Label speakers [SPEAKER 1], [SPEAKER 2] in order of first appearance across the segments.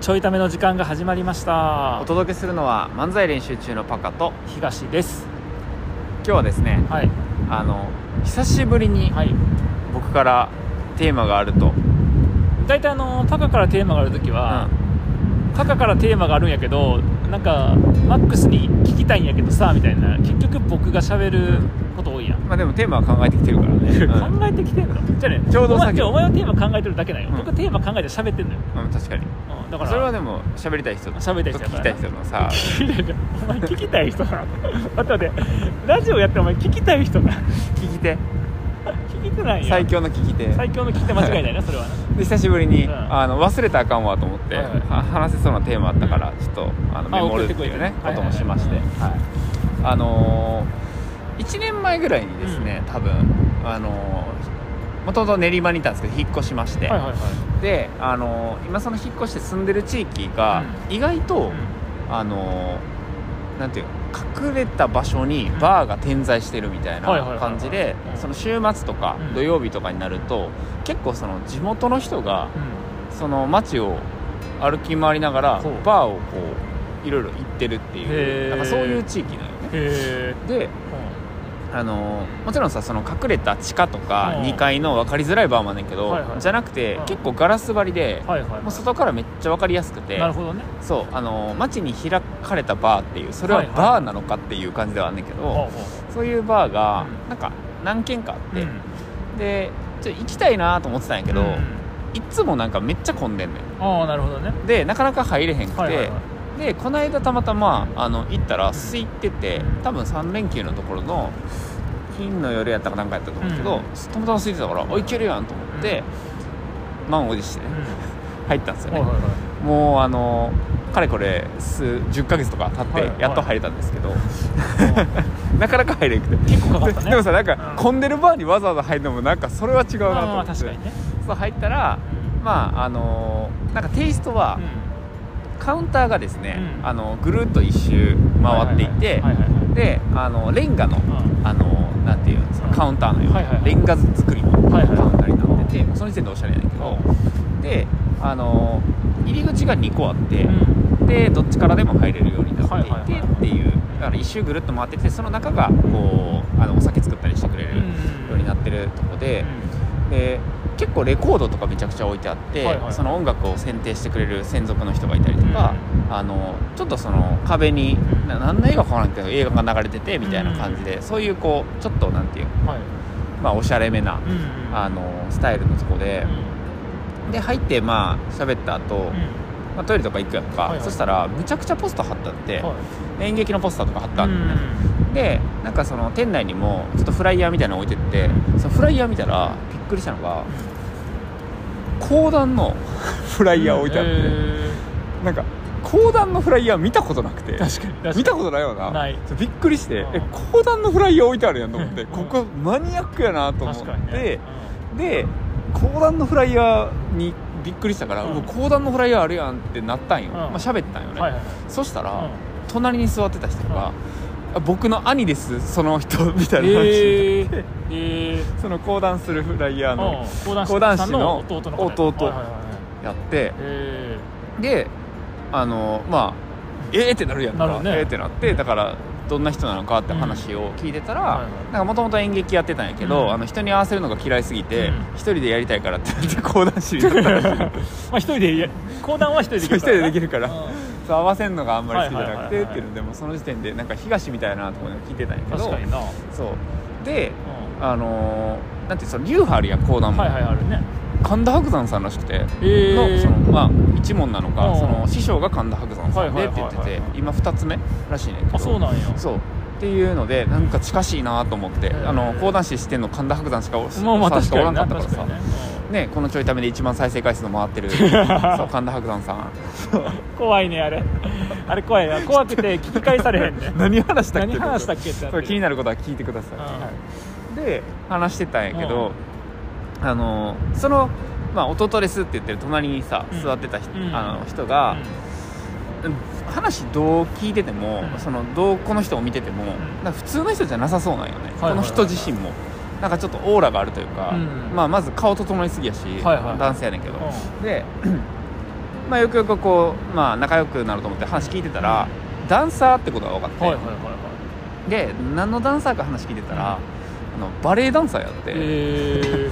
[SPEAKER 1] ちょいための時間が始まりました
[SPEAKER 2] お届けするのは漫才練習中のパカと
[SPEAKER 1] 東です
[SPEAKER 2] 今日はですね
[SPEAKER 1] はい
[SPEAKER 2] あの久しぶりに
[SPEAKER 1] はい
[SPEAKER 2] 僕からテーマがあると、
[SPEAKER 1] 大体あのパカからテーマがある時は、パカからテーマがあるんやけどなんかマックスに聞きたいんやけどさみたいな結局僕が喋ること多いやん、
[SPEAKER 2] まあでもテーマは考えてきてるから ね、うん
[SPEAKER 1] 考えてきてんのじゃあね
[SPEAKER 2] ちょうど
[SPEAKER 1] お
[SPEAKER 2] さっ
[SPEAKER 1] 前
[SPEAKER 2] き
[SPEAKER 1] じゃあお前はテーマ考えてるだけなんよ、
[SPEAKER 2] うん
[SPEAKER 1] 僕テーマ考えて喋ってんのよ、
[SPEAKER 2] うん確かに
[SPEAKER 1] うん、だから
[SPEAKER 2] それはでも喋りたい人
[SPEAKER 1] 喋りたい人や
[SPEAKER 2] 聞
[SPEAKER 1] から
[SPEAKER 2] きたい人のさ
[SPEAKER 1] お前聞きたい人な待って待ってラジオやってお前聞きたい人な
[SPEAKER 2] 聞き手
[SPEAKER 1] 聞きてないよ
[SPEAKER 2] 最強の聞き手
[SPEAKER 1] 最強の聞き手間違いないなそれはな
[SPEAKER 2] で久しぶりに、
[SPEAKER 1] うん
[SPEAKER 2] あの忘れたらあかんわと思って、
[SPEAKER 1] はいはい
[SPEAKER 2] は話せそうなテーマあったから、ちょっとあのメモるっていうね
[SPEAKER 1] あ
[SPEAKER 2] こ
[SPEAKER 1] 送ってくれてる
[SPEAKER 2] ともしまし
[SPEAKER 1] は
[SPEAKER 2] て、
[SPEAKER 1] い
[SPEAKER 2] はいあのー、1年前ぐらいにですね、多分あのー、もともと練馬にいたんですけど引っ越しまして、
[SPEAKER 1] はいはいはい
[SPEAKER 2] で、あのー、今その引っ越して住んでる地域が意外と、あのー、なんていうの隠れた場所にバーが点在してるみたいな
[SPEAKER 1] はいはいはいはい
[SPEAKER 2] 感じで
[SPEAKER 1] うん
[SPEAKER 2] その週末とか
[SPEAKER 1] うん
[SPEAKER 2] 土曜日とかになると結構その地元の人が
[SPEAKER 1] う
[SPEAKER 2] その街を歩き回りながら
[SPEAKER 1] ほう
[SPEAKER 2] バーをこういろいろ行ってるってい
[SPEAKER 1] へー
[SPEAKER 2] うなんかそういう地域なのよね
[SPEAKER 1] んへえ
[SPEAKER 2] であのーもちろんさその隠れた地下とか
[SPEAKER 1] うん
[SPEAKER 2] 2階の分かりづらいバーもあんねんけど、
[SPEAKER 1] はいはい
[SPEAKER 2] じゃなくて、
[SPEAKER 1] うん
[SPEAKER 2] 結構ガラス張りで、
[SPEAKER 1] はいはい
[SPEAKER 2] もう外からめっちゃ分かりやすくて
[SPEAKER 1] なるほどね
[SPEAKER 2] そうあのー街に開かれたバーっていうそれは
[SPEAKER 1] はいはい
[SPEAKER 2] バーなのかっていう感じではあんねんけど、
[SPEAKER 1] ほうほ
[SPEAKER 2] そういうバーが
[SPEAKER 1] うん
[SPEAKER 2] なんか何軒かあっ
[SPEAKER 1] う
[SPEAKER 2] て、
[SPEAKER 1] うん
[SPEAKER 2] でちょ行きたいなと思ってたんやけど、
[SPEAKER 1] うん
[SPEAKER 2] いっつもなんかめっちゃ混んでんねん
[SPEAKER 1] ああなるほどね
[SPEAKER 2] でなかなか入れへんくて、
[SPEAKER 1] はいはいはい
[SPEAKER 2] でこの間たまたまあの行ったら空いてて多分3連休のところの金の夜やったかなんかやったと思うけ
[SPEAKER 1] う
[SPEAKER 2] ど、
[SPEAKER 1] ん
[SPEAKER 2] たまたま空いてたから「おいけるやん」と思って、満を持してね
[SPEAKER 1] うん
[SPEAKER 2] 入ったんですよ
[SPEAKER 1] は
[SPEAKER 2] ね、
[SPEAKER 1] いはいはい
[SPEAKER 2] もうあのかれこれ数10ヶ月とか経
[SPEAKER 1] はい
[SPEAKER 2] っ
[SPEAKER 1] はい
[SPEAKER 2] てやっと入れたんですけど、 なかなか入れなくて
[SPEAKER 1] 結構かかったね
[SPEAKER 2] でもさなん
[SPEAKER 1] うん
[SPEAKER 2] か混んでるバーにわざわざ入るのもなんかそれは違うなと
[SPEAKER 1] まあま
[SPEAKER 2] 思
[SPEAKER 1] あ
[SPEAKER 2] って
[SPEAKER 1] 確かにね
[SPEAKER 2] そう入ったらまああのなんかテイストは、
[SPEAKER 1] うん
[SPEAKER 2] カウンターがですね、
[SPEAKER 1] うん
[SPEAKER 2] あのぐるっと一周回っていて、
[SPEAKER 1] はいはいはい
[SPEAKER 2] であのレンガの、あのなんていうんですか
[SPEAKER 1] うん
[SPEAKER 2] カウンターのような、
[SPEAKER 1] はいはいはい
[SPEAKER 2] レンガ作りの
[SPEAKER 1] は
[SPEAKER 2] カ
[SPEAKER 1] い
[SPEAKER 2] ウ
[SPEAKER 1] はい
[SPEAKER 2] ンターになってて、その時点でおしゃれやねんけど、であの入り口が2個あって、
[SPEAKER 1] うん
[SPEAKER 2] でどっちからでも入れるようになってい
[SPEAKER 1] はい
[SPEAKER 2] て
[SPEAKER 1] はいはい
[SPEAKER 2] っていうだから一周ぐるっと回っててその中がこうあのお酒作ったりしてくれるようになってるとこで。で結構レコードとかめちゃくちゃ置いてあって、
[SPEAKER 1] はいはい
[SPEAKER 2] その音楽を選定してくれる専属の人がいたりとか、あのちょっとその壁に
[SPEAKER 1] うん
[SPEAKER 2] な何の映画か分からんけど映画が流れててみたいな感じで、そういうこうちょっとなんていう、
[SPEAKER 1] うんはい
[SPEAKER 2] まあ、おしゃれめ
[SPEAKER 1] う
[SPEAKER 2] な、
[SPEAKER 1] ん
[SPEAKER 2] あのスタイルのとこで、で入ってまあ喋った後、
[SPEAKER 1] うんうん
[SPEAKER 2] まあトイレとか行くやんか、
[SPEAKER 1] はいはい
[SPEAKER 2] そしたらむちゃくちゃポスター貼ったって、
[SPEAKER 1] はい
[SPEAKER 2] 演劇のポスターとか貼った
[SPEAKER 1] うん
[SPEAKER 2] だよね、
[SPEAKER 1] ん
[SPEAKER 2] でなんかその店内にもちょっとフライヤーみたいなの置いてってそのフライヤー見たらびっくりしたのが講談の フライヤー置いてあって、
[SPEAKER 1] へー
[SPEAKER 2] なんか講談のフライヤー見たことなくて
[SPEAKER 1] 確かに確かに
[SPEAKER 2] 見たことないよな
[SPEAKER 1] ない
[SPEAKER 2] びっくりして
[SPEAKER 1] うん
[SPEAKER 2] え講談のフライヤー置いてあるやんと思って
[SPEAKER 1] うん
[SPEAKER 2] ここマニアックやなと思って
[SPEAKER 1] 確かにね
[SPEAKER 2] で講談のフライヤーにびっくりしたから、
[SPEAKER 1] う
[SPEAKER 2] うんわ講談のフライヤーあるやんってなったんよ、
[SPEAKER 1] うん
[SPEAKER 2] まあ喋ったんよ
[SPEAKER 1] うん
[SPEAKER 2] ね、
[SPEAKER 1] はいはいはい
[SPEAKER 2] そしたら、
[SPEAKER 1] うん
[SPEAKER 2] 隣に座ってた人
[SPEAKER 1] う
[SPEAKER 2] が「あ僕の兄ですその人」みたいな話に
[SPEAKER 1] え
[SPEAKER 2] なって、
[SPEAKER 1] ーえ
[SPEAKER 2] その講談するフライヤー
[SPEAKER 1] ー
[SPEAKER 2] の
[SPEAKER 1] うん講
[SPEAKER 2] 講
[SPEAKER 1] 談
[SPEAKER 2] 談
[SPEAKER 1] 師
[SPEAKER 2] 師
[SPEAKER 1] の
[SPEAKER 2] の
[SPEAKER 1] 弟の方
[SPEAKER 2] 弟
[SPEAKER 1] はいはいはいはい
[SPEAKER 2] やって
[SPEAKER 1] え
[SPEAKER 2] であのまあえーってなるやん
[SPEAKER 1] な
[SPEAKER 2] か、
[SPEAKER 1] るね
[SPEAKER 2] えーってなってだからどんな人なのかって話を聞いてたら、
[SPEAKER 1] うん
[SPEAKER 2] なんかもともと演劇やってたんやけど、
[SPEAKER 1] うん
[SPEAKER 2] あの人に合わせるのが嫌いすぎて、
[SPEAKER 1] うん
[SPEAKER 2] 一人でやりたいからってなって講談師になった らしいの
[SPEAKER 1] まあ一人で や講談は一人でき
[SPEAKER 2] そう
[SPEAKER 1] る
[SPEAKER 2] 一
[SPEAKER 1] か
[SPEAKER 2] 人
[SPEAKER 1] ら
[SPEAKER 2] でできるから
[SPEAKER 1] うん
[SPEAKER 2] そう合わせるのがあんまり好きじゃなく
[SPEAKER 1] はいはいはい
[SPEAKER 2] て
[SPEAKER 1] はい
[SPEAKER 2] っていうのでもうその時点でなんか東みたいなところでも聞いてたんやけ
[SPEAKER 1] 確
[SPEAKER 2] ど
[SPEAKER 1] かにな、うん
[SPEAKER 2] そうであのー、なんていうその流派あるやん講談も、
[SPEAKER 1] はいはいあるね
[SPEAKER 2] 神田伯山さんらしくて、
[SPEAKER 1] え
[SPEAKER 2] の
[SPEAKER 1] ー
[SPEAKER 2] そのまあ一門なの
[SPEAKER 1] う
[SPEAKER 2] か
[SPEAKER 1] ん
[SPEAKER 2] その師匠が神田伯山さんでって言って
[SPEAKER 1] はいはい
[SPEAKER 2] て
[SPEAKER 1] はいはい
[SPEAKER 2] 今2つ目らしいねんけど
[SPEAKER 1] あそうなんや
[SPEAKER 2] そうっていうのでなんか近しいなと思って
[SPEAKER 1] ー
[SPEAKER 2] あの講談師してんの神田伯山しかお
[SPEAKER 1] まあまあ
[SPEAKER 2] さん
[SPEAKER 1] 確
[SPEAKER 2] しかおら
[SPEAKER 1] か
[SPEAKER 2] ん
[SPEAKER 1] にな
[SPEAKER 2] かったから
[SPEAKER 1] 確か
[SPEAKER 2] さ
[SPEAKER 1] にね、
[SPEAKER 2] ねこのちょいためで一番再生回数の回っ てるそう神田伯山さん
[SPEAKER 1] うん怖いねあれあれ怖いな怖くて聞き返されへんね
[SPEAKER 2] 何話したっけ
[SPEAKER 1] 何話したっけってな
[SPEAKER 2] そう気に
[SPEAKER 1] る
[SPEAKER 2] なることは聞いてください、
[SPEAKER 1] うん
[SPEAKER 2] はいで話してたんやけど、あのその、まあ、弟ですって言ってる隣にさ
[SPEAKER 1] うん
[SPEAKER 2] 座ってた人,、
[SPEAKER 1] うん
[SPEAKER 2] あの人が、話どう聞いてても、
[SPEAKER 1] うん
[SPEAKER 2] そのどうこの人を見てても、なんか普通の人じゃなさそうなん
[SPEAKER 1] は
[SPEAKER 2] よね、
[SPEAKER 1] いはいはい
[SPEAKER 2] この人自身もなんかちょっとオーラがあるというか、
[SPEAKER 1] うん
[SPEAKER 2] まあ、まず顔整いすぎやし、
[SPEAKER 1] はいはい
[SPEAKER 2] 男性やねんけど、で まあ、よくよくこう、まあ、仲良くなると思って話聞いてたら、ダンサーってことが分かって、
[SPEAKER 1] はいはいはいはい
[SPEAKER 2] で何のダンサーか話聞いてたら、あのバレエダンサーやって、
[SPEAKER 1] え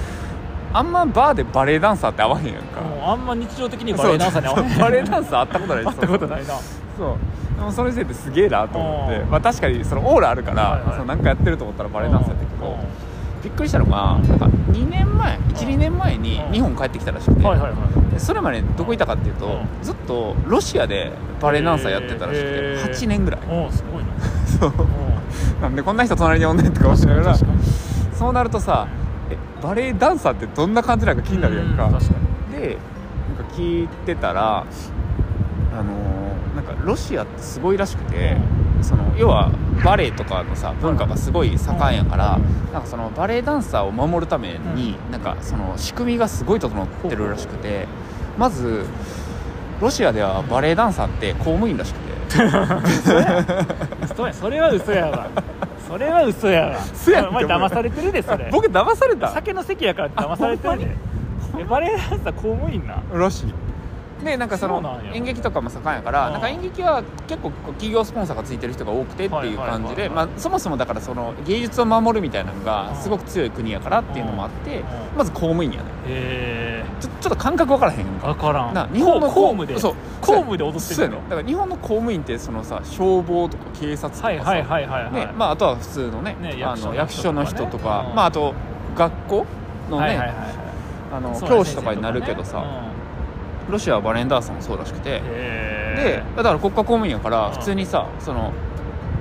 [SPEAKER 2] あんまバーでバレエダンサーって会わへんやん
[SPEAKER 1] ー、
[SPEAKER 2] か、
[SPEAKER 1] もうあんま日常的にバレエダンサーに合わ
[SPEAKER 2] そう
[SPEAKER 1] な
[SPEAKER 2] そう
[SPEAKER 1] い
[SPEAKER 2] バレエダンサー会ったことな い
[SPEAKER 1] 会ったことないな
[SPEAKER 2] そうでもその時点ですげえなと思って
[SPEAKER 1] うん
[SPEAKER 2] まあ、確かにそのオーラあるから、
[SPEAKER 1] はいはい
[SPEAKER 2] そのなんかやってると思ったらバレエダンサーやったけど、
[SPEAKER 1] う
[SPEAKER 2] びっくりしたのがなんか2年前
[SPEAKER 1] う
[SPEAKER 2] 12
[SPEAKER 1] ん
[SPEAKER 2] 年前に
[SPEAKER 1] うん
[SPEAKER 2] 日本帰ってきたらしくて、
[SPEAKER 1] んはいはいはい
[SPEAKER 2] でそれまでどこいたかっていうと、
[SPEAKER 1] う
[SPEAKER 2] ずっとロシアでバレエダンサーやってたらしくて、
[SPEAKER 1] へー
[SPEAKER 2] 8年ぐらい、
[SPEAKER 1] おおす ごいな
[SPEAKER 2] そう
[SPEAKER 1] お
[SPEAKER 2] なんでこんな人隣におんねんとかもしながら
[SPEAKER 1] 確かに
[SPEAKER 2] そうなるとさえバレエダンサーってどんな感じなんか気になるやんか、
[SPEAKER 1] う確かに
[SPEAKER 2] でなんか聞いてたらあのーなんかロシアってすごいらしくて、その要はバレエとかのさ文化がすごい盛んやから、なんかそのバレエダンサーを守るために、なんかその仕組みがすごい整ってるらしくて、まずロシアではバレエダンサーって公務員らしく て
[SPEAKER 1] 嘘やそれは嘘やわそれは嘘やわ
[SPEAKER 2] 嘘やんけ
[SPEAKER 1] お前騙されてるでそれ
[SPEAKER 2] 僕騙された
[SPEAKER 1] 酒の席やからって騙されてるでえバレエダンサー公務員な
[SPEAKER 2] らしいでなんかそ
[SPEAKER 1] そうな
[SPEAKER 2] の
[SPEAKER 1] んや
[SPEAKER 2] 演劇とかも盛んやから
[SPEAKER 1] うん
[SPEAKER 2] なんか演劇は結構こう企業スポンサーがついてる人が多くてって
[SPEAKER 1] はい
[SPEAKER 2] いう
[SPEAKER 1] はいはいはい
[SPEAKER 2] 感じでまあそもそもだからその芸術を守るみたいなの
[SPEAKER 1] う
[SPEAKER 2] が
[SPEAKER 1] ん
[SPEAKER 2] すごく強い国やからっていうのもあって
[SPEAKER 1] うん
[SPEAKER 2] まず公務員やね
[SPEAKER 1] え
[SPEAKER 2] ちょちょっと感覚分からへん
[SPEAKER 1] ー、わ
[SPEAKER 2] か
[SPEAKER 1] からん
[SPEAKER 2] な日本の
[SPEAKER 1] 公務で
[SPEAKER 2] そう
[SPEAKER 1] 公務で踊っ
[SPEAKER 2] そう
[SPEAKER 1] て
[SPEAKER 2] や
[SPEAKER 1] る
[SPEAKER 2] ね
[SPEAKER 1] の
[SPEAKER 2] だから日本の公務員ってそのさ消防とか警察とか
[SPEAKER 1] はいはい
[SPEAKER 2] さ
[SPEAKER 1] はいはいはい、
[SPEAKER 2] ねまああとは普通のね
[SPEAKER 1] ね
[SPEAKER 2] あの役
[SPEAKER 1] 役
[SPEAKER 2] 所
[SPEAKER 1] 所
[SPEAKER 2] の
[SPEAKER 1] の
[SPEAKER 2] 人
[SPEAKER 1] 人
[SPEAKER 2] と
[SPEAKER 1] とかね
[SPEAKER 2] か
[SPEAKER 1] うん
[SPEAKER 2] まああと学校の
[SPEAKER 1] はいはいはい
[SPEAKER 2] ね
[SPEAKER 1] はい
[SPEAKER 2] あの
[SPEAKER 1] そうや
[SPEAKER 2] 教師とかになるけど
[SPEAKER 1] 先生と
[SPEAKER 2] さ
[SPEAKER 1] かね
[SPEAKER 2] ロシアはバレンダーさんもそうらしくて
[SPEAKER 1] うんへ
[SPEAKER 2] でだから国家公務員やから
[SPEAKER 1] うん
[SPEAKER 2] 普通にさその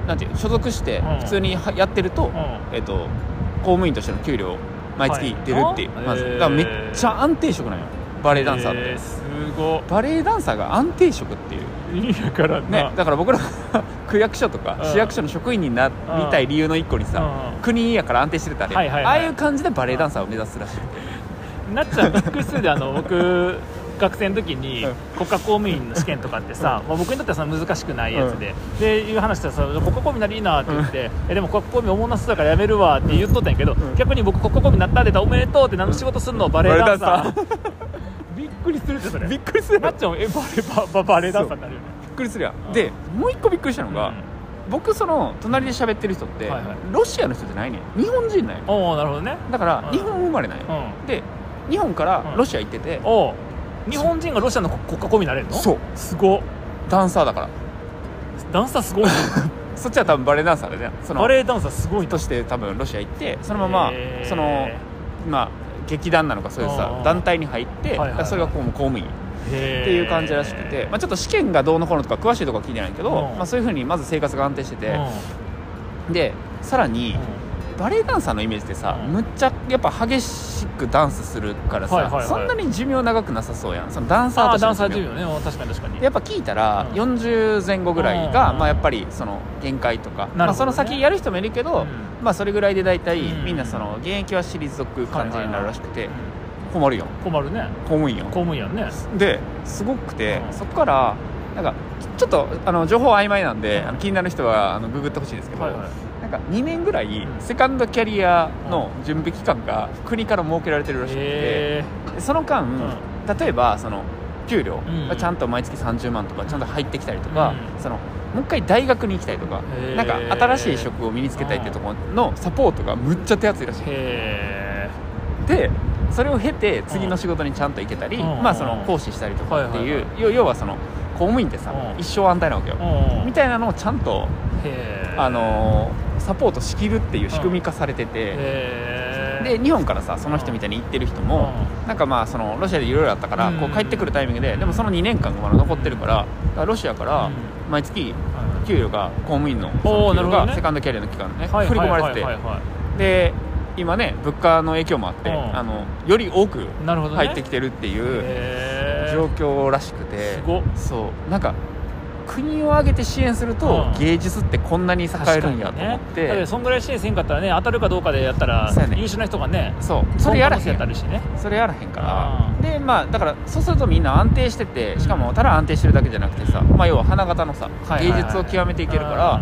[SPEAKER 2] なんていう所属して
[SPEAKER 1] うん
[SPEAKER 2] 普通にはやってると
[SPEAKER 1] ー、うん
[SPEAKER 2] えっと公務員としての給料毎月出るっていう
[SPEAKER 1] はい
[SPEAKER 2] ま
[SPEAKER 1] へ
[SPEAKER 2] ず
[SPEAKER 1] ー
[SPEAKER 2] だからめっちゃ安定職なんよバレエダンサーって
[SPEAKER 1] えー、すご
[SPEAKER 2] バレエダンサーが安定職っていう
[SPEAKER 1] い意味わからん
[SPEAKER 2] ね
[SPEAKER 1] な
[SPEAKER 2] だから僕ら 区役所とか
[SPEAKER 1] うん
[SPEAKER 2] 市役所の職員になりたい理由の一個にさ
[SPEAKER 1] う
[SPEAKER 2] 国やから安定してるってあれ
[SPEAKER 1] はいはいはい
[SPEAKER 2] ああいう感じでバレエダンサーを目指すらしい
[SPEAKER 1] んなっちゃんと複数であ の僕学生の時に
[SPEAKER 2] うん
[SPEAKER 1] 国家公務員の試験とかってさ、まあ、僕にとってはその難しくないやつで、でいう話したらさ国家公務員なりいいなって言って、えでも国家公務員おもんなそうだからやめるわって言っとったんやけど、
[SPEAKER 2] ん
[SPEAKER 1] 逆に僕国家公務員になったでたおめでとうって何の仕事すんのバレエダンサーびっくりするってそれ
[SPEAKER 2] びっくりする
[SPEAKER 1] な
[SPEAKER 2] や
[SPEAKER 1] っ
[SPEAKER 2] んび
[SPEAKER 1] ちゃんもえバレバババレエダンサーになるよね
[SPEAKER 2] っくりするやん
[SPEAKER 1] ん
[SPEAKER 2] でもう一個びっくりしたのが僕その隣で喋ってる人って
[SPEAKER 1] はいはい
[SPEAKER 2] ロシアの人じゃないねん日本人なんよ
[SPEAKER 1] うんおおなるほどね
[SPEAKER 2] だから
[SPEAKER 1] うん
[SPEAKER 2] 日本生まれなんよ
[SPEAKER 1] うん
[SPEAKER 2] で日本からロシア行ってて
[SPEAKER 1] おう日本人がロシアの国国家公務員になれるの
[SPEAKER 2] そう
[SPEAKER 1] すごっ
[SPEAKER 2] ダンサーだから
[SPEAKER 1] ダンサーすごいね
[SPEAKER 2] そっちは多分バレエダンサーだよねその
[SPEAKER 1] バレエダンサーすごい
[SPEAKER 2] として多分ロシア行ってそのまま
[SPEAKER 1] へー
[SPEAKER 2] そのまあ劇団なのかそういうさ
[SPEAKER 1] うん
[SPEAKER 2] 団体に入って
[SPEAKER 1] いはいはい
[SPEAKER 2] それがこうもう公務員
[SPEAKER 1] へー
[SPEAKER 2] っていう感じらしくて、まあ、ちょっと試験がどうのこうのとか詳しいとこは聞いてないけど、
[SPEAKER 1] うん
[SPEAKER 2] まあ、そういうふうにまず生活が安定して
[SPEAKER 1] うん
[SPEAKER 2] て、でさらにバレエダンサーのイメージってさ、
[SPEAKER 1] うん
[SPEAKER 2] むっちゃやっぱ激しくダンスするからさ、
[SPEAKER 1] はいはいはい
[SPEAKER 2] そんなに寿命長くなさそうやんそのダンサー
[SPEAKER 1] あ
[SPEAKER 2] と
[SPEAKER 1] あ
[SPEAKER 2] して
[SPEAKER 1] ダ
[SPEAKER 2] の
[SPEAKER 1] ンサー
[SPEAKER 2] 寿
[SPEAKER 1] 重
[SPEAKER 2] 命
[SPEAKER 1] 要ねうん確かに確かに
[SPEAKER 2] やっぱ聞いたら
[SPEAKER 1] うん
[SPEAKER 2] 40前後ぐらいが、
[SPEAKER 1] うん
[SPEAKER 2] まあ、やっぱりその限界と
[SPEAKER 1] な
[SPEAKER 2] か、ま
[SPEAKER 1] るほどね
[SPEAKER 2] あ、その先やる人もいるけ
[SPEAKER 1] う
[SPEAKER 2] ど、
[SPEAKER 1] ん
[SPEAKER 2] まあ、それぐらいで大体
[SPEAKER 1] うん
[SPEAKER 2] みんなその現役は退く感じになるらしくて、困るよ
[SPEAKER 1] 困るね
[SPEAKER 2] 公務員よ
[SPEAKER 1] 公務員やんね
[SPEAKER 2] ですごくて、
[SPEAKER 1] うん
[SPEAKER 2] そこからなんかちょっとあの情報曖昧なんで、
[SPEAKER 1] うん
[SPEAKER 2] あの気になる人はあのググってほしいですけど、
[SPEAKER 1] はいはい
[SPEAKER 2] なんか2年ぐらい
[SPEAKER 1] うん
[SPEAKER 2] セカンドキャリアの準備期間が国から設けられてるらしくて、
[SPEAKER 1] へ
[SPEAKER 2] でその間、
[SPEAKER 1] ん
[SPEAKER 2] 例えばその給料
[SPEAKER 1] うん
[SPEAKER 2] がちゃんと毎月30万とかちゃんと入ってきたりとか、
[SPEAKER 1] うん
[SPEAKER 2] そのもう一回大学に行きたいとか、
[SPEAKER 1] へー
[SPEAKER 2] なんか新しい職を身につけたいっていうところのサポートがむっちゃ手厚いらしい
[SPEAKER 1] えへ
[SPEAKER 2] でそれを経て次の仕事にちゃんと行けたり、
[SPEAKER 1] うん
[SPEAKER 2] まあその講師したりとかっていう、
[SPEAKER 1] はいはい
[SPEAKER 2] 要要はその公務員ってさ、
[SPEAKER 1] うん
[SPEAKER 2] 一生安泰なわけよ、
[SPEAKER 1] え
[SPEAKER 2] み
[SPEAKER 1] い
[SPEAKER 2] たいなのをちゃんと、
[SPEAKER 1] へえ
[SPEAKER 2] あのーサポートしきるっていう仕組み化されてて、
[SPEAKER 1] へえ
[SPEAKER 2] で日本からさその人みたいに行ってる人も、なんかまあそのロシアでいろいろあったから、
[SPEAKER 1] うん
[SPEAKER 2] こう帰ってくるタイミングででもその2年間がまだ残ってるからだからロシアから
[SPEAKER 1] うん
[SPEAKER 2] 毎月給料が公務員のそ
[SPEAKER 1] お
[SPEAKER 2] の
[SPEAKER 1] ーなる
[SPEAKER 2] 給料
[SPEAKER 1] ほど
[SPEAKER 2] が
[SPEAKER 1] ね
[SPEAKER 2] セカンドキャリアの期間ね、
[SPEAKER 1] はい
[SPEAKER 2] 振り込まれてて、
[SPEAKER 1] はいはいはいは
[SPEAKER 2] で今ね物価の影響もあって、
[SPEAKER 1] うん
[SPEAKER 2] あのより多く
[SPEAKER 1] いなるほどね
[SPEAKER 2] 入ってきてるっていう
[SPEAKER 1] へえ
[SPEAKER 2] 状況らしくて、
[SPEAKER 1] すごっ
[SPEAKER 2] そうなんか国を挙げて支援すると、
[SPEAKER 1] うん
[SPEAKER 2] 芸術ってこんなに栄えるん
[SPEAKER 1] 確か
[SPEAKER 2] やと思っ
[SPEAKER 1] に
[SPEAKER 2] て、
[SPEAKER 1] ね、だってそんぐらい支援せんかったらね当たるかどうかでやったら
[SPEAKER 2] そうやね
[SPEAKER 1] 優秀な人がね
[SPEAKER 2] そうそれやらへん
[SPEAKER 1] やったりしね
[SPEAKER 2] それやらへんか
[SPEAKER 1] う
[SPEAKER 2] らでまあだからそうするとみんな安定しててしかもただ安定してるだけじゃなくてさ、まあ、要は花形のさ、
[SPEAKER 1] はいはいはい
[SPEAKER 2] 芸術を極めていけるから、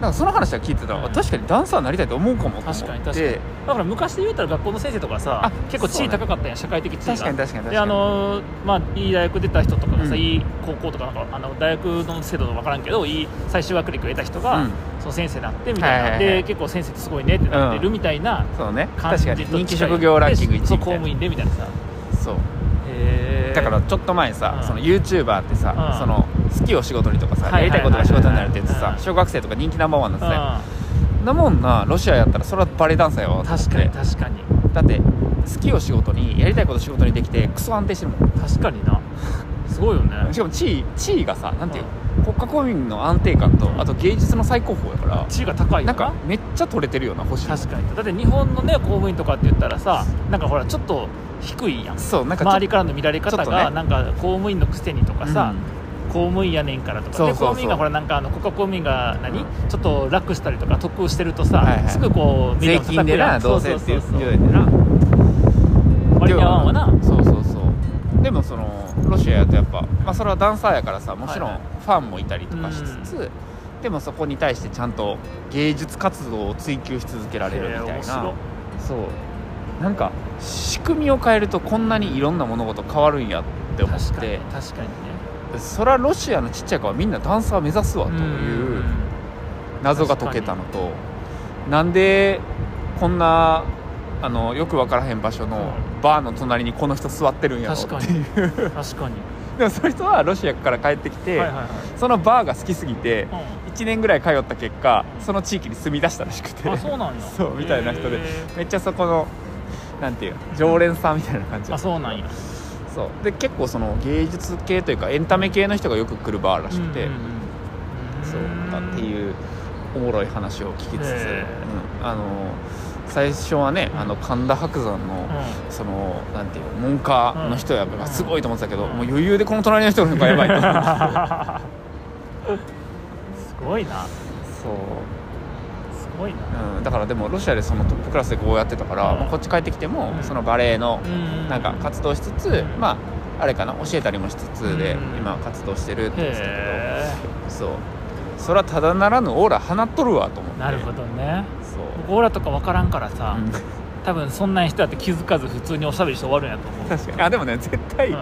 [SPEAKER 2] なんかその話は聞いてたら、
[SPEAKER 1] うん
[SPEAKER 2] 確かにダンサーになりたいと思うかもと思って
[SPEAKER 1] 確かに確かにだから昔で言ったら学校の先生とかさ
[SPEAKER 2] あ
[SPEAKER 1] 結構地位高かったやん社会的地位が
[SPEAKER 2] 確かに確かに確かに
[SPEAKER 1] であのーまあ、いい大学出た人とかがさ、
[SPEAKER 2] うん
[SPEAKER 1] いい高校とかなんかあの大学の制度は分からんけどいい最終学歴を得た人が、
[SPEAKER 2] うん
[SPEAKER 1] その先生になってみたいな、
[SPEAKER 2] はいはいはい
[SPEAKER 1] で結構先生ってすごいねってなってるみたいな
[SPEAKER 2] そうね
[SPEAKER 1] 感
[SPEAKER 2] 確
[SPEAKER 1] じ
[SPEAKER 2] か
[SPEAKER 1] と
[SPEAKER 2] に
[SPEAKER 1] 近い
[SPEAKER 2] 人気職業ランキング1位
[SPEAKER 1] で
[SPEAKER 2] み
[SPEAKER 1] そ
[SPEAKER 2] た
[SPEAKER 1] う
[SPEAKER 2] い
[SPEAKER 1] 公
[SPEAKER 2] な
[SPEAKER 1] 務員でみたいなさ
[SPEAKER 2] そう
[SPEAKER 1] へー
[SPEAKER 2] だからちょっと前にさ、
[SPEAKER 1] うん
[SPEAKER 2] その YouTuber ってさ、
[SPEAKER 1] うん
[SPEAKER 2] その好きを仕事にとかさ、
[SPEAKER 1] はいはいは
[SPEAKER 2] や
[SPEAKER 1] い
[SPEAKER 2] りたいことが仕事になるって言ってさ、
[SPEAKER 1] うん
[SPEAKER 2] 小学生とか人気ナンバーワンなんですね、
[SPEAKER 1] うん
[SPEAKER 2] なもんなロシアやったらそれはバレエダンサーやわ
[SPEAKER 1] 確かに確かに
[SPEAKER 2] だって好きを仕事にやりたいこと仕事にできてクソ安定してるも
[SPEAKER 1] 確かになすごいよね
[SPEAKER 2] んしかも地位地位がさなんていう、国家公務員の安定感とあと芸術の最高峰やから
[SPEAKER 1] 地位が高いよ
[SPEAKER 2] なんかめっちゃ取れてるよな星
[SPEAKER 1] 確かにだって日本のね公務員とかって言ったらさなんかほらちょっと低いやん
[SPEAKER 2] そうなんかちょ
[SPEAKER 1] 周りからの見られ方
[SPEAKER 2] ちょっと
[SPEAKER 1] が、
[SPEAKER 2] ね
[SPEAKER 1] なんか公務員のくせにとかさ、公務員やねんからとか
[SPEAKER 2] そう
[SPEAKER 1] で
[SPEAKER 2] そ
[SPEAKER 1] 公
[SPEAKER 2] うそう
[SPEAKER 1] 務員がほらなんかあの国家公務員が何、
[SPEAKER 2] うん
[SPEAKER 1] ちょっと楽したりとか得をしてるとさ、
[SPEAKER 2] はいはい
[SPEAKER 1] すぐこ
[SPEAKER 2] う
[SPEAKER 1] うんメディアも叩く
[SPEAKER 2] 税
[SPEAKER 1] や
[SPEAKER 2] 金
[SPEAKER 1] ん
[SPEAKER 2] でなどうせ
[SPEAKER 1] そ
[SPEAKER 2] っ
[SPEAKER 1] う
[SPEAKER 2] て
[SPEAKER 1] そ
[SPEAKER 2] いうう
[SPEAKER 1] そう
[SPEAKER 2] 言うでな
[SPEAKER 1] 割に合わんわな
[SPEAKER 2] そうそうそうでもそのロシアやとやっぱ、まあ、それはダンサーやからさもちろ
[SPEAKER 1] は
[SPEAKER 2] ん
[SPEAKER 1] い
[SPEAKER 2] ファンもいたりとかしつつ、でもそこに対してちゃんと芸術活動を追求し続けられるみ
[SPEAKER 1] へ
[SPEAKER 2] た
[SPEAKER 1] ー
[SPEAKER 2] い
[SPEAKER 1] 面
[SPEAKER 2] な
[SPEAKER 1] 白
[SPEAKER 2] そうなんか仕組みを変えるとこんなにいろんな物事変わるんやって思っ
[SPEAKER 1] 確かに
[SPEAKER 2] て
[SPEAKER 1] 確かにね
[SPEAKER 2] そりゃロシアのちっちゃい子はみんなダンサー目指すわという謎が解けたのとなんでこんなあのよく分からへん場所のバーの隣にこの人座ってるんやろ
[SPEAKER 1] 確か
[SPEAKER 2] っ
[SPEAKER 1] に
[SPEAKER 2] ていう
[SPEAKER 1] うん確かに
[SPEAKER 2] でもその人はロシアから帰ってきて、
[SPEAKER 1] はいはいはい
[SPEAKER 2] そのバーが好きすぎて
[SPEAKER 1] う
[SPEAKER 2] 1年ぐらい通った結果その地域に住み出したらしくて
[SPEAKER 1] んあそうなんや
[SPEAKER 2] そうみたいな人で
[SPEAKER 1] へー
[SPEAKER 2] めっちゃそこのなんていう常連さんみたいな感じ
[SPEAKER 1] あそうなんや
[SPEAKER 2] そうで結構その芸術系というかエンタメ系の人がよく来るバーらしくて、
[SPEAKER 1] うんうんうん
[SPEAKER 2] そうなんかって
[SPEAKER 1] う
[SPEAKER 2] いうおもろい話を聞きつつ、
[SPEAKER 1] へ
[SPEAKER 2] うんあの最初はね、
[SPEAKER 1] うん
[SPEAKER 2] あの神田伯山の、
[SPEAKER 1] ん
[SPEAKER 2] そのなんていう文化の人やからすごいと思ってたけど、
[SPEAKER 1] うん
[SPEAKER 2] もう余裕でこの隣の人の方がやばいと思って
[SPEAKER 1] すごいな
[SPEAKER 2] そう、
[SPEAKER 1] すごいな、
[SPEAKER 2] うん、だからでもロシアでそのトップクラスでこうやってたから、
[SPEAKER 1] うん
[SPEAKER 2] まあこっち帰ってきても、
[SPEAKER 1] うん
[SPEAKER 2] そのバレエの
[SPEAKER 1] うん
[SPEAKER 2] なんか活動しつつ、
[SPEAKER 1] ん
[SPEAKER 2] まああれかな教えたりもしつつで、
[SPEAKER 1] うん
[SPEAKER 2] 今活動してるって言ってたけど。
[SPEAKER 1] へ
[SPEAKER 2] そうそれはただならぬオーラ放っとるわと思っ
[SPEAKER 1] え
[SPEAKER 2] て
[SPEAKER 1] なるほどね
[SPEAKER 2] そう、
[SPEAKER 1] 僕オーラとか分からんからさ、
[SPEAKER 2] うん
[SPEAKER 1] 多分そんな人だって気づかず普通におしゃべりして終わるんやと思う
[SPEAKER 2] 確かにあでもね絶対
[SPEAKER 1] うん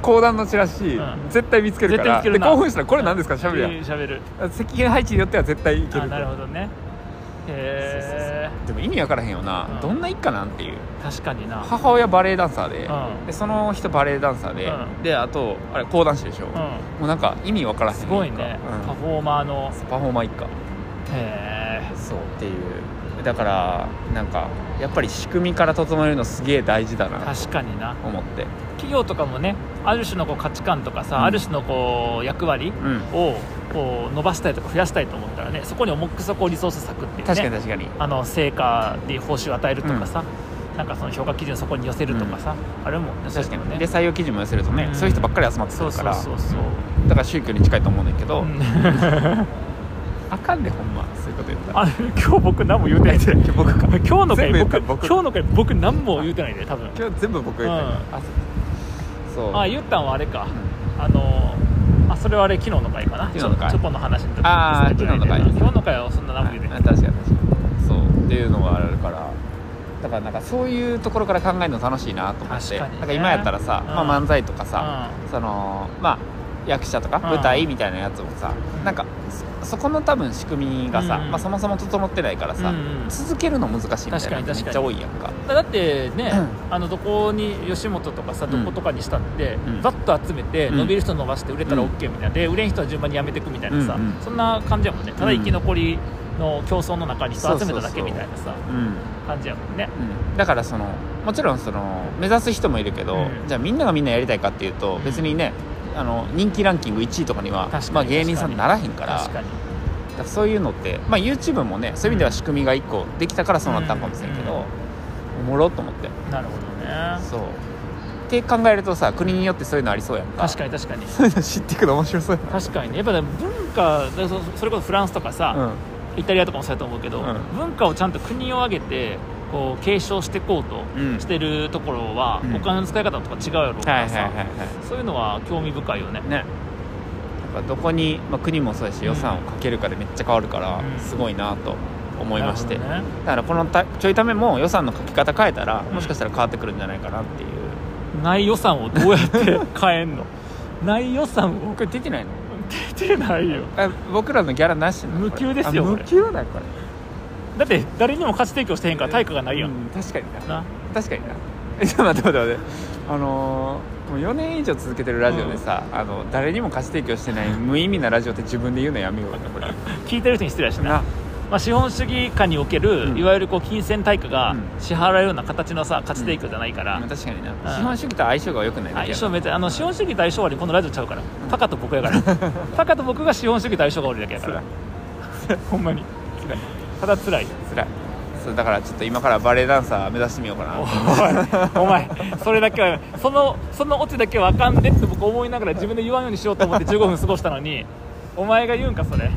[SPEAKER 2] 講談のチラシ、
[SPEAKER 1] うん
[SPEAKER 2] 絶対見つける
[SPEAKER 1] 絶
[SPEAKER 2] か
[SPEAKER 1] 対
[SPEAKER 2] ら
[SPEAKER 1] 見つける
[SPEAKER 2] で
[SPEAKER 1] な
[SPEAKER 2] 興奮したらこれ何ですかしゃべるや
[SPEAKER 1] うんんしゃべる
[SPEAKER 2] 席配置によっては絶対いけ
[SPEAKER 1] あ
[SPEAKER 2] る
[SPEAKER 1] なるほどねへ
[SPEAKER 2] でも意味わからへんよな、
[SPEAKER 1] うん
[SPEAKER 2] どんな一家なんていう
[SPEAKER 1] え確かにな
[SPEAKER 2] 母親バレエダンサーで,、
[SPEAKER 1] うん
[SPEAKER 2] でその人バレエダンサーで、
[SPEAKER 1] うん
[SPEAKER 2] であとあれ講談師でし
[SPEAKER 1] う
[SPEAKER 2] ょ、も
[SPEAKER 1] ん
[SPEAKER 2] うなんか意味わからへん
[SPEAKER 1] すごいね、
[SPEAKER 2] うん
[SPEAKER 1] パフォーマーの
[SPEAKER 2] パフォーマー一家
[SPEAKER 1] へえ
[SPEAKER 2] そうっていうだからなんかやっぱり仕組みから整えるのすげえ大事だなと
[SPEAKER 1] 確かにな
[SPEAKER 2] 思って
[SPEAKER 1] 企業とかもねある種のこう価値観とかさ、
[SPEAKER 2] うん
[SPEAKER 1] ある種のこう役割
[SPEAKER 2] うん
[SPEAKER 1] をこう伸ばしたいとか増やしたいと思ったらねそこに重くそこをリソース割くっていうね
[SPEAKER 2] 確かに確かに、
[SPEAKER 1] あの成果で報酬を与えるとかさ、なんかその評価基準そこに寄せるとかさ、あるもんね
[SPEAKER 2] 確かに
[SPEAKER 1] そういうの
[SPEAKER 2] で
[SPEAKER 1] ね
[SPEAKER 2] 採用基準も寄せるとね、
[SPEAKER 1] うん
[SPEAKER 2] そういう人ばっかり集まってく
[SPEAKER 1] そう
[SPEAKER 2] るか
[SPEAKER 1] そう
[SPEAKER 2] ら
[SPEAKER 1] そうそう
[SPEAKER 2] だから宗教に近いと思うねんだけど、
[SPEAKER 1] うん
[SPEAKER 2] あかんでほんまそういうこと言ったら
[SPEAKER 1] あれ今日僕何も言うて ないで
[SPEAKER 2] 僕か
[SPEAKER 1] 今日の回
[SPEAKER 2] 全部言った
[SPEAKER 1] 僕
[SPEAKER 2] 僕
[SPEAKER 1] 今日の回僕何も言うてないで多分
[SPEAKER 2] 今日全部僕言ったよ、
[SPEAKER 1] う
[SPEAKER 2] あそうそう
[SPEAKER 1] あ言ったんはあれか、あのあそれはあれ昨日の回かな
[SPEAKER 2] 昨日の回
[SPEAKER 1] チョチョコの話の時
[SPEAKER 2] あー
[SPEAKER 1] それぐらいで昨
[SPEAKER 2] 昨日の回
[SPEAKER 1] 日の回はそんな何も言うてな
[SPEAKER 2] あ
[SPEAKER 1] い
[SPEAKER 2] 確かに確かにそうっていうのがあるからだからなんかそういうところから考えるの楽しいなと思っ
[SPEAKER 1] 確
[SPEAKER 2] て
[SPEAKER 1] かにね
[SPEAKER 2] なんか今やったらさ、
[SPEAKER 1] うん
[SPEAKER 2] まあ、漫才とかさ、そのまあ役者とか
[SPEAKER 1] ん
[SPEAKER 2] 舞台みたいなやつもさ、
[SPEAKER 1] うん
[SPEAKER 2] なんかそそこの多分仕組みがさ、
[SPEAKER 1] うん
[SPEAKER 2] まあ、そもそも整ってないからさ、
[SPEAKER 1] うんうん
[SPEAKER 2] 続けるの難しいみたいな
[SPEAKER 1] 確かに確か
[SPEAKER 2] めっ
[SPEAKER 1] に
[SPEAKER 2] ちゃ多いやんか
[SPEAKER 1] だってね、あのどこに吉本とかさどことかにしたって、
[SPEAKER 2] うん
[SPEAKER 1] ざっと集めて、
[SPEAKER 2] うん
[SPEAKER 1] 伸びる人伸ばして売れたら OK みたいなで売れん人は順番にやめていくみたいなさ、
[SPEAKER 2] うんうん
[SPEAKER 1] そんな感じやもんねただ生き残りの競争の中に人集めただけ
[SPEAKER 2] そうそうそう
[SPEAKER 1] みたいなさ
[SPEAKER 2] うん
[SPEAKER 1] 感じやもんね
[SPEAKER 2] うん、だからそのもちろんその目指す人もいるけど、
[SPEAKER 1] うん
[SPEAKER 2] じゃあみんながみんなやりたいかっていうと
[SPEAKER 1] うん
[SPEAKER 2] 別にね、あの人気ランキング1位とかには
[SPEAKER 1] 確かに
[SPEAKER 2] まあ、芸人さんならへんから
[SPEAKER 1] 確かに
[SPEAKER 2] だからそういうのって、まあ、YouTube もねそういう意味では仕組みが1個できたからそうなったんかもしれんけど、おもろっと思って
[SPEAKER 1] なるほどね
[SPEAKER 2] そうって考えるとさ国によってそういうのありそうやんか
[SPEAKER 1] 確かに確かに
[SPEAKER 2] そういうの知っていくの面白そうや
[SPEAKER 1] 確かにねやっぱね文化だそそれこそフランスとかさ、
[SPEAKER 2] な、うん、
[SPEAKER 1] イタリアとかもそうやと思うけど、
[SPEAKER 2] うん
[SPEAKER 1] 文化をちゃんと国を挙げてこう継承していこうと
[SPEAKER 2] うん
[SPEAKER 1] してるところは、
[SPEAKER 2] うん
[SPEAKER 1] お金の使い方とか違うやろうか
[SPEAKER 2] はい
[SPEAKER 1] ら
[SPEAKER 2] はい
[SPEAKER 1] さ、
[SPEAKER 2] はいは
[SPEAKER 1] そういうのは興味深いよね
[SPEAKER 2] いねだぱどこに、まあ、国もそうだし予算をかけるかでめっちゃ変わるから
[SPEAKER 1] うん
[SPEAKER 2] すごいなと思いまして、
[SPEAKER 1] なるほどね
[SPEAKER 2] だからこのたちょいためも予算の書き方変えたらもしかしたら変わってくるんじゃないかなっていう
[SPEAKER 1] ない予算をどうやって変えんの ない予算を
[SPEAKER 2] 僕出てないの
[SPEAKER 1] 出てないよ
[SPEAKER 2] あ僕らのギャラなしなの
[SPEAKER 1] 無給ですよ
[SPEAKER 2] あ
[SPEAKER 1] こ
[SPEAKER 2] 無
[SPEAKER 1] れ
[SPEAKER 2] 給だよこれ
[SPEAKER 1] だって誰にも価値提供してへんから対価がないや
[SPEAKER 2] うんん確かにな
[SPEAKER 1] な
[SPEAKER 2] 確かにな えちょっと待って待って待ってあのーもう4年以上続けてるラジオでさ、あの誰にも価値提供してない無意味なラジオって自分で言うのやめようかなこ れ
[SPEAKER 1] 聞いてる人に失礼だしな
[SPEAKER 2] な
[SPEAKER 1] まあ、資本主義下における、
[SPEAKER 2] うん
[SPEAKER 1] いわゆるこう金銭対価が
[SPEAKER 2] うん
[SPEAKER 1] 支払うような形のさ価値提供じゃないから、
[SPEAKER 2] まあ確かにな資本主義と相性が良くないだけ
[SPEAKER 1] 相
[SPEAKER 2] やな
[SPEAKER 1] 性めっちゃあの資本主義と相性はこのラジオちゃうから、タカと僕や からタカと僕が資本主義と相性が悪いだけやか
[SPEAKER 2] 辛い
[SPEAKER 1] らほんまに
[SPEAKER 2] 辛い
[SPEAKER 1] ただ辛い
[SPEAKER 2] 辛いそうだからちょっと今からバレエダンサー目指してみようかな
[SPEAKER 1] おいお前それだけはそのそのオチだけはあかんでって僕思いながら自分で言わんようにしようと思って15分過ごしたのにお前が言うんかそれ